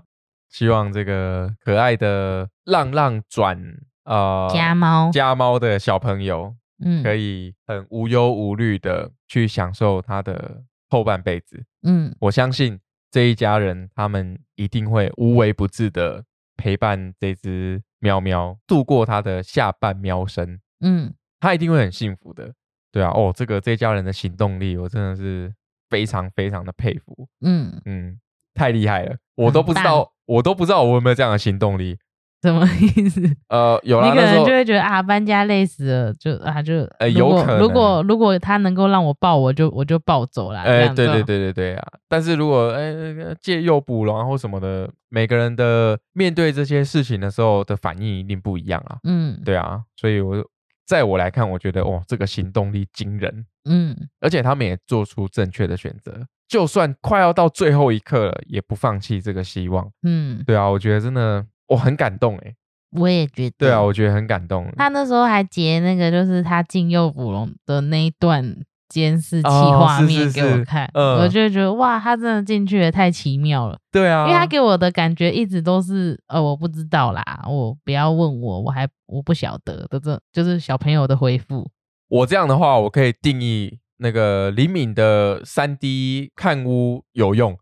希望这个可爱的浪浪转呃家猫，家猫的小朋友，嗯可以很无忧无虑的去享受他的后半辈子。嗯，我相信这一家人，他们一定会无微不至的陪伴这只喵喵度过它的下半喵生，嗯，它一定会很幸福的。对啊，哦，这个这一家人的行动力，我真的是非常非常的佩服。嗯，嗯，太厉害了，我都不知很棒道，我都不知道我有没有这样的行动力。什么意思？你呃，有啦，可那时能候就会觉得啊，搬家累死了，就啊就，呃如有果可如能果如果他能够让我抱，我就我就抱走了，这哎、样对对子，对对对啊！但是如果哎、呃借诱捕龙啊或什么的，每个人的面对这些事情的时候的反应一定不一样啊。嗯对啊，所以我在我来看，我觉得哇，这个行动力惊人，嗯而且他们也做出正确的选择，就算快要到最后一刻了，也不放弃这个希望。嗯，对啊，我觉得真的我很感动哎、我也觉得，对啊，我觉得很感动。嗯他那时候还截那个，就是他进诱捕龙的那一段监视器哦画是面是给我是看，嗯我就觉得哇，他真的进去也太奇妙了，对啊，因为他给我的感觉一直都是呃我不知道啦，我不要问我，我还我不晓得的这就是小朋友的回复，我这样的话，我可以定义那个李敏的三 D 看屋有用。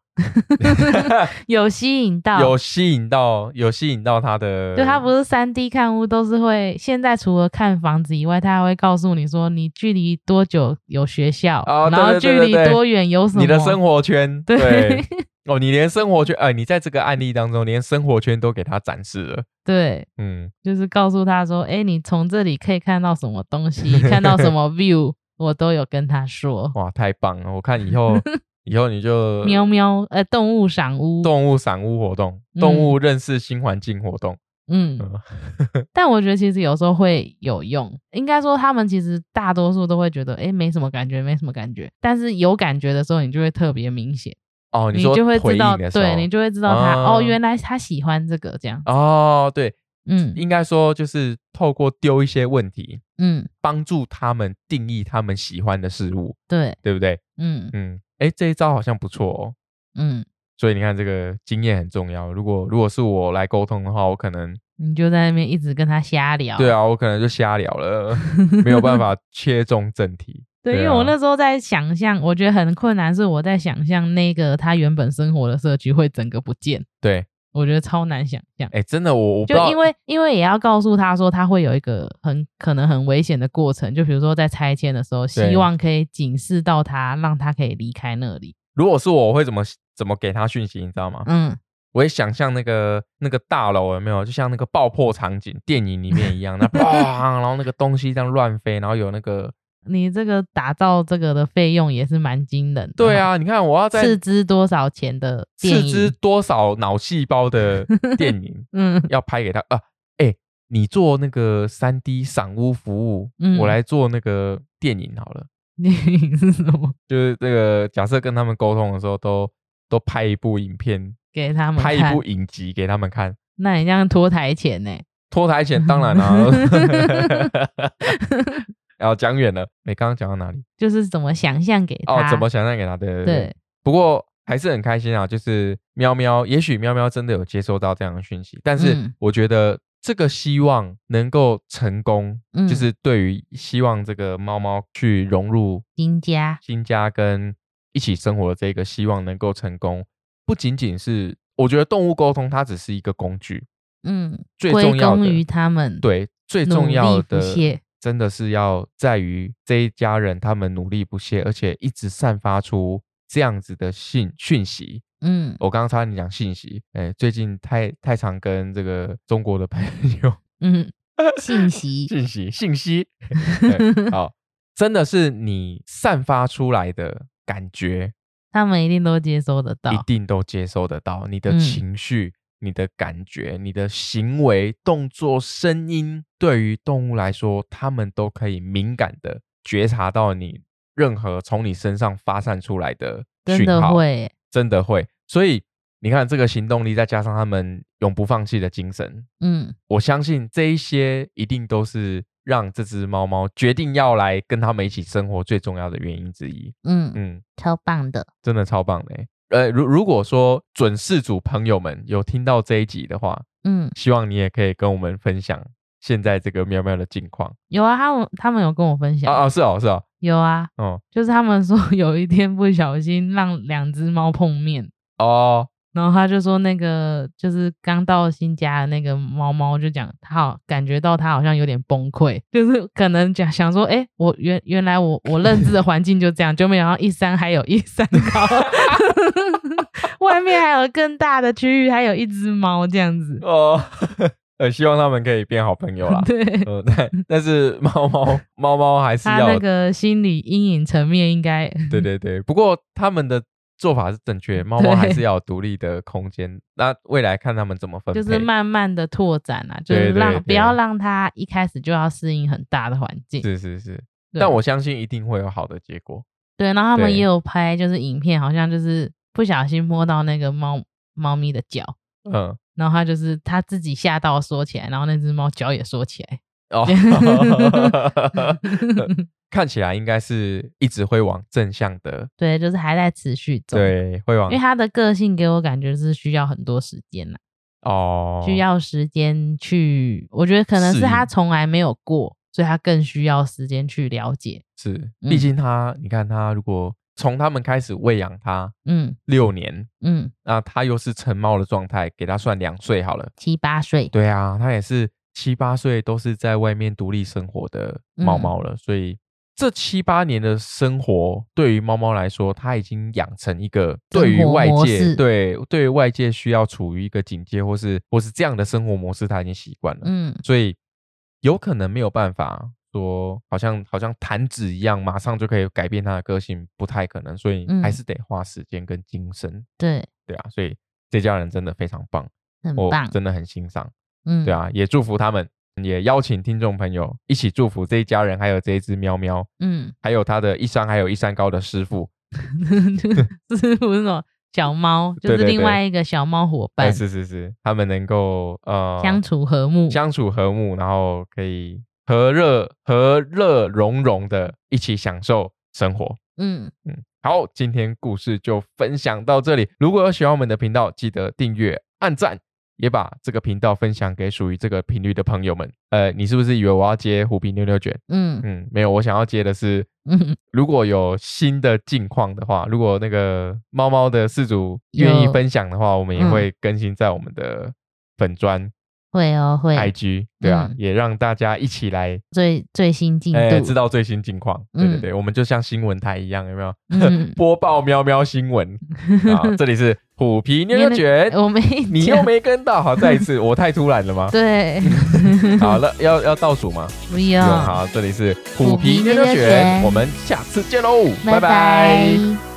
有吸引到，有吸引到，有吸引到他的，就他不是三 D 看屋都是会，现在除了看房子以外，他还会告诉你说你距离多久有学校，哦对然后对距对对离对多远有什么，你的生活圈，对哦，你连生活圈，呃，你在这个案例当中，连生活圈都给他展示了，对。嗯，就是告诉他说：“哎、你从这里可以看到什么东西，看到什 么 view，我都有跟他说。哇，太棒了！我看以 后，以后你就喵喵，呃，动物赏屋，动物赏屋活动，动物认识新环境活动，嗯，嗯，但我觉得其实有时候会有用。应该说，他们其实大多数都会觉得，哎、没什么感觉，没什么感觉。但是有感觉的时候，你就会特别明显，哦，你说就会回知道，应的时候，对你就会知道他，啊哦，原来他喜欢这个，这样，哦，对，嗯应该说就是透过丢一些问题，嗯，帮助他们定义他们喜欢的事物，对，对不对？嗯嗯，哎，这一招好像不错哦。嗯，所以你看，这个经验很重要。如果如果是我来沟通的话，我可能你就在那边一直跟他瞎聊，对啊，我可能就瞎聊了， 没有办法切中正题。对，因为啊我那时候在想象，我觉得很困难，是我在想象那个他原本生活的社区会整个不见，对，我觉得超难想象。哎，真的我我不知就道，因为因为也要告诉他说，他会有一个很可能很危险的过程，就比如说在拆迁的时候，希望可以警示到他，让他可以离开那里。如果是我，我会怎么怎么给他讯息，你知道吗？嗯，我会想象那个那个大楼有没有，就像那个爆破场景电影里面一样，那 啪，然后那个东西这样乱飞，然后有那个你这个打造这个的费用也是蛮惊人的。对，啊，你看我要在斥资多少钱的电斥影？资多少脑细胞的电影，嗯 要拍给他啊，哎、你做那个三 D 赏屋服务，嗯我来做那个电影好了。电影是什么？就是这个假设跟他们沟通的时候都，都拍一部影片，给他们拍一看部，影集给他们看。那你这样拖台前呢、脱台前当然啦、 然后讲远了，哎、刚刚讲到哪里？就是怎么想象给他哦，怎么想象给他？对对对。对，不过还是很开心啊，就是喵喵，也许喵喵真的有接收到这样的讯息，但是嗯我觉得这个希望能够成功，嗯就是对于希望这个猫猫去融入金家，新家跟一起生活的这个希望能够成功，不仅仅是我觉得动物沟通它只是一个工具，嗯，最归重要功于的他们，，对最努重力要不的懈真的是要在于这一家人他们努力不懈，而且一直散发出这样子的信讯息，嗯，我刚刚差点讲信息，哎，最近太太常跟这个中国的朋友嗯，信息， 信息信息，对好，真的是你散发出来的感觉，他们一定都接收得一到。定都接收得到。你的嗯情绪、你的感觉、你的行为、动作、声音，对于动物来说，它们都可以敏感的觉察到你任何从你身上发散出来的真讯的号，会欸，真的会。所以你看，这个行动力再加上他们永不放弃的精神，嗯，我相信这一些一定都是让这只猫猫决定要来跟他们一起生活最重要的原因之一。嗯，嗯，超棒的。真的超棒的欸。呃，如如果说准事主朋友们有听到这一集的话，嗯，希望你也可以跟我们分享现在这个喵喵的近况有啊，他们他们有跟我分享，啊啊，是哦是哦，有啊，嗯就是他们说 有一天不小心让两只猫碰面，哦 然后他就说那个就是刚到新家的那个猫猫就讲，他好感觉到他好像有点崩溃，就是可能讲想说，哎、我原原来我我认知的环境就这样，就没想到一山还有一山 高，外面还有更大的区域，还有一只猫这样子，。哦， 呃，希望他们可以变好朋友啦 对。呃，但但是猫猫猫猫还是他要那个心理阴影层面应该对对对，不过他们的做法是正确，猫猫还嗯对是要有独立的空间。那未来看他们怎么分配。就是慢慢的拓展啊，就对是对让不对要让它一开始就要适应很大的环境。是是是，对啊但我相信一定会有好的结果。对，然后他们对也有拍就是影片，好像就是不小心摸到那个猫猫咪的脚，嗯，然后它就是它自己吓到缩起来，然后那只猫脚也缩起来。 哦，看起来应该是一直会往正向的，对，就是还在持续中。，对，会往因为它的个性给我感觉是需要很多时间啦，哦，需要时间去，我觉得可能适是应它从来没有过，所以它更需要时间去了解。是，嗯毕竟它，你看它如果从他们开始喂养它嗯六年，嗯，那它又是成猫的状态，给它算两岁好了。七八岁。对啊，它也是七八岁都是在外面独立生活的猫嗯猫了，所以这七八年的生活对于猫猫来说，它已经养成一个对于生活外模界式对对于外界需要处于一个警戒或是或是这样的生活模式，它已经习惯了，嗯，所以有可能没有办法。说好像好像弹指一样，马上就可以改变它的个性，不太可能，所以还嗯是得花时间跟精神，对，对啊，所以这家人真的非常棒，很我棒。真的很欣赏。嗯，哦对，啊，也祝福他们，也邀请听众朋友一起祝福这一家人，还有这一只喵喵，嗯，还有他的一山还有一山高的师傅。 就是不是那种 小猫，就对是对另对外一个小猫伙哎，伴是是是，他们能够呃相处和睦。相处和睦，然后可以和乐和乐融融的一起享受生活。嗯，嗯，好，今天故事就分享到这里。如果有喜欢我们的频道，记得订阅、按赞，也把这个频道分享给属于这个频率的朋友们。呃，你是不是以为我要接虎皮妞妞卷？嗯嗯，没有，我想要接的是，嗯，如果有新的近况的话，如果那个猫猫的饲主愿意有分享的话，我们也嗯会更新在我们的粉砖、 会哦会， IG，对啊，嗯也让大家一起来最最新进哎、度知。道最新近况。对对嗯对，我们就像新闻台一样，有没有？ 嗯播报喵喵新 闻啊，这里是虎皮妞因为妞那卷，我没哎你又讲没跟到，好，再一次，我太突然 了吗？对，好了，要要倒数吗？不用 用，好，这里是虎虎皮皮妞妞妞妞卷，卷我们下次见喽，拜拜拜拜